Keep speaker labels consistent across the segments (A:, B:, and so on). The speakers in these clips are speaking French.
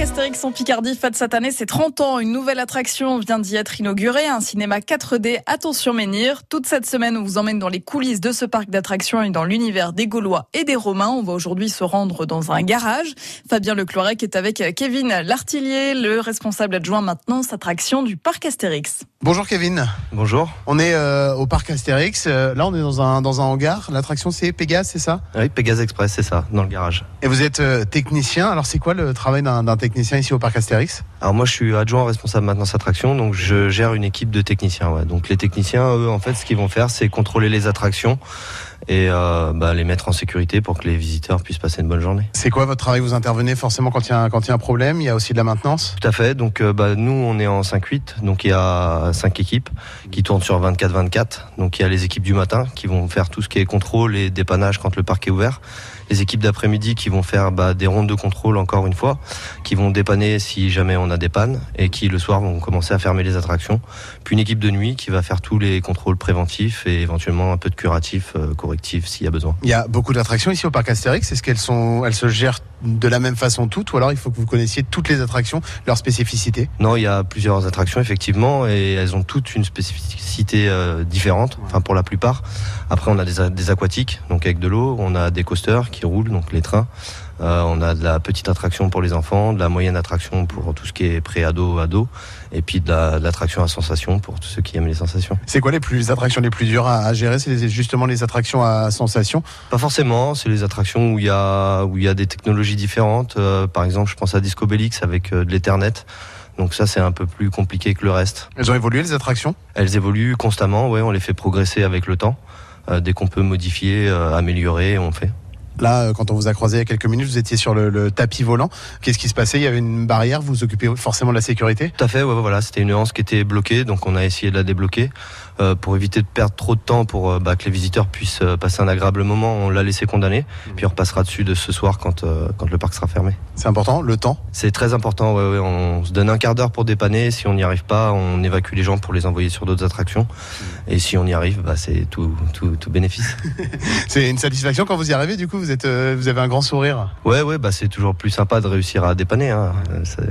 A: Astérix en Picardie fête cette année ses 30 ans. Une nouvelle attraction vient d'y être inaugurée, un cinéma 4D Attention Menhir. Toute cette semaine, on vous emmène dans les coulisses de ce parc d'attractions et dans l'univers des Gaulois et des Romains. On va aujourd'hui se rendre dans un garage. Fabien Lecloirec est avec Kevin Lartillier, le responsable adjoint maintenance attraction du parc Astérix.
B: Bonjour Kevin.
C: Bonjour.
B: On est euh, au parc Astérix. Euh, là, on est dans un, dans un hangar. L'attraction, c'est Pégase, c'est ça
C: Oui, Pégase Express, c'est ça, dans le garage.
B: Et vous êtes euh, technicien. Alors, c'est quoi le travail d'un d'un technicien ici au parc Astérix
C: Alors moi, je suis adjoint responsable maintenance attraction, donc je gère une équipe de techniciens. ouais. Donc les techniciens, eux, en fait, ce qu'ils vont faire, c'est contrôler les attractions et euh, bah, les mettre en sécurité pour que les visiteurs puissent passer une bonne journée.
B: C'est quoi votre travail Vous intervenez forcément quand il y, a un- quand il y a un problème. Il y a aussi de la maintenance.
C: Tout à fait. Donc euh, bah, nous, on est en 5-8, donc il y a 5 équipes qui tournent sur 24-24. Donc il y a les équipes du matin qui vont faire tout ce qui est contrôle et dépannage quand le parc est ouvert. Les équipes d'après-midi qui vont faire bah, des rondes de contrôle encore une fois, qui vont dépanner si jamais on a des pannes et qui le soir vont commencer à fermer les attractions. Puis une équipe de nuit qui va faire tous les contrôles préventifs et éventuellement un peu de curatif, euh, correctif s'il y a besoin.
B: Il y a beaucoup d'attractions ici au parc Astérix. Est-ce qu'elles sont, elles se gèrent de la même façon toutes Ou alors, il faut que vous connaissiez toutes les attractions, leurs spécificités
C: Non, il y a plusieurs attractions effectivement et elles ont toutes une spécificité euh, différente, enfin pour la plupart. Après on a des, a- des aquatiques, donc avec de l'eau, on a des coasters qui roulent, donc les trains, Euh, on a de la petite attraction pour les enfants, de la moyenne attraction pour tout ce qui est pré-ado, ado, et puis de la- de l'attraction à sensation pour tous ceux qui aiment les sensations.
B: C'est quoi les plus les attractions les plus dures à, à gérer C'est les- justement les attractions à sensations.
C: Pas forcément, c'est les attractions où il y a où il y a des technologies différentes. Euh, par exemple, je pense à Disco Bellix avec euh, de l'Ethernet. Donc ça, c'est un peu plus compliqué que le reste.
B: Elles ont évolué les attractions.
C: Elles évoluent constamment. Ouais, on les fait progresser avec le temps. Euh, dès qu'on peut modifier, euh, améliorer, on fait.
B: Là, euh, quand on vous a croisé il y a quelques minutes, vous étiez sur le, le tapis volant. Qu'est-ce qui se passait Il y avait une barrière. Vous vous occupez forcément de la sécurité.
C: Tout à fait. Ouais, ouais, voilà, c'était une nuance qui était bloquée, donc on a essayé de la débloquer euh, pour éviter de perdre trop de temps pour euh, bah, que les visiteurs puissent euh, passer un agréable moment. On l'a laissé condamner, puis on repassera dessus de ce soir quand euh, quand le parc sera fermé.
B: C'est important. Le temps.
C: C'est très important, ouais, ouais, on se donne un quart d'heure pour dépanner, si on n'y arrive pas, on évacue les gens pour les envoyer sur d'autres attractions, et si on y arrive, bah, c'est tout, tout, tout bénéfice.
B: C'est une satisfaction quand vous y arrivez, du coup, vous, êtes, euh, vous avez un grand sourire.
C: Ouais, ouais, bah, c'est toujours plus sympa de réussir à dépanner, hein. Euh, c'est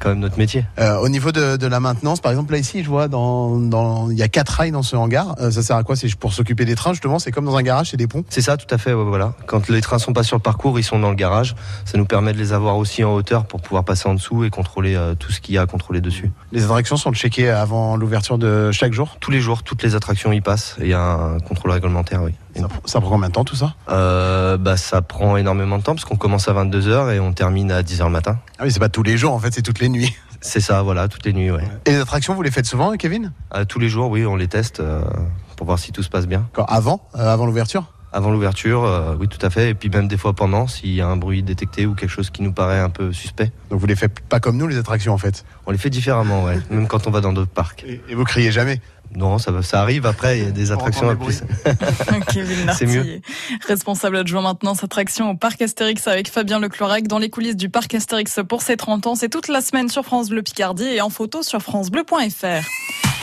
C: quand même notre métier.
B: Euh, au niveau de, de la maintenance, par exemple, là ici, je vois, dans, dans, il y a quatre rails dans ce hangar. Euh, ça sert à quoi C'est pour s'occuper des trains, justement. C'est comme dans un garage, c'est des ponts.
C: C'est ça, tout à fait, ouais, voilà. Quand les trains sont pas sur le parcours, ils sont dans le garage, ça nous permet de les avoir aussi en hauteur pour pouvoir passer en dessous et contrôler euh, tout ce qu'il y a à contrôler dessus.
B: Les attractions sont checkées avant l'ouverture de chaque jour.
C: Tous les jours, toutes les attractions y passent, et il y a un contrôle réglementaire, oui.
B: Ça, ça prend combien de temps tout ça
C: Euh, bah, ça prend énormément de temps, parce qu'on commence à 22h et on termine à 10h le matin.
B: Ah oui, c'est pas tous les jours, en fait, c'est toutes les nuits.
C: C'est ça, voilà, toutes les nuits, ouais.
B: Et les attractions, vous les faites souvent, Kevin
C: Euh, tous les jours, oui, on les teste euh, pour voir si tout se passe bien.
B: Quand- Avant, euh, avant l'ouverture
C: Avant l'ouverture, euh, oui, tout à fait. Et puis même des fois pendant, s'il y a un bruit détecté ou quelque chose qui nous paraît un peu suspect,
B: Donc vous les faites pas comme nous, les attractions, en fait.
C: on les fait différemment, ouais. même quand on va dans d'autres parcs.
B: Et, et vous criez jamais.
C: Non, ça, va- ça arrive. Après, il y a des
B: On
C: attractions
B: entend
C: à
B: les
C: plus.
A: Kevin
C: C'est mieux.
A: Lartillier, responsable adjoint maintenance attraction au parc Astérix avec Fabien Leclorec dans les coulisses du parc Astérix pour ses 30 ans. C'est toute la semaine sur France Bleu Picardie et en photo sur francebleu.fr.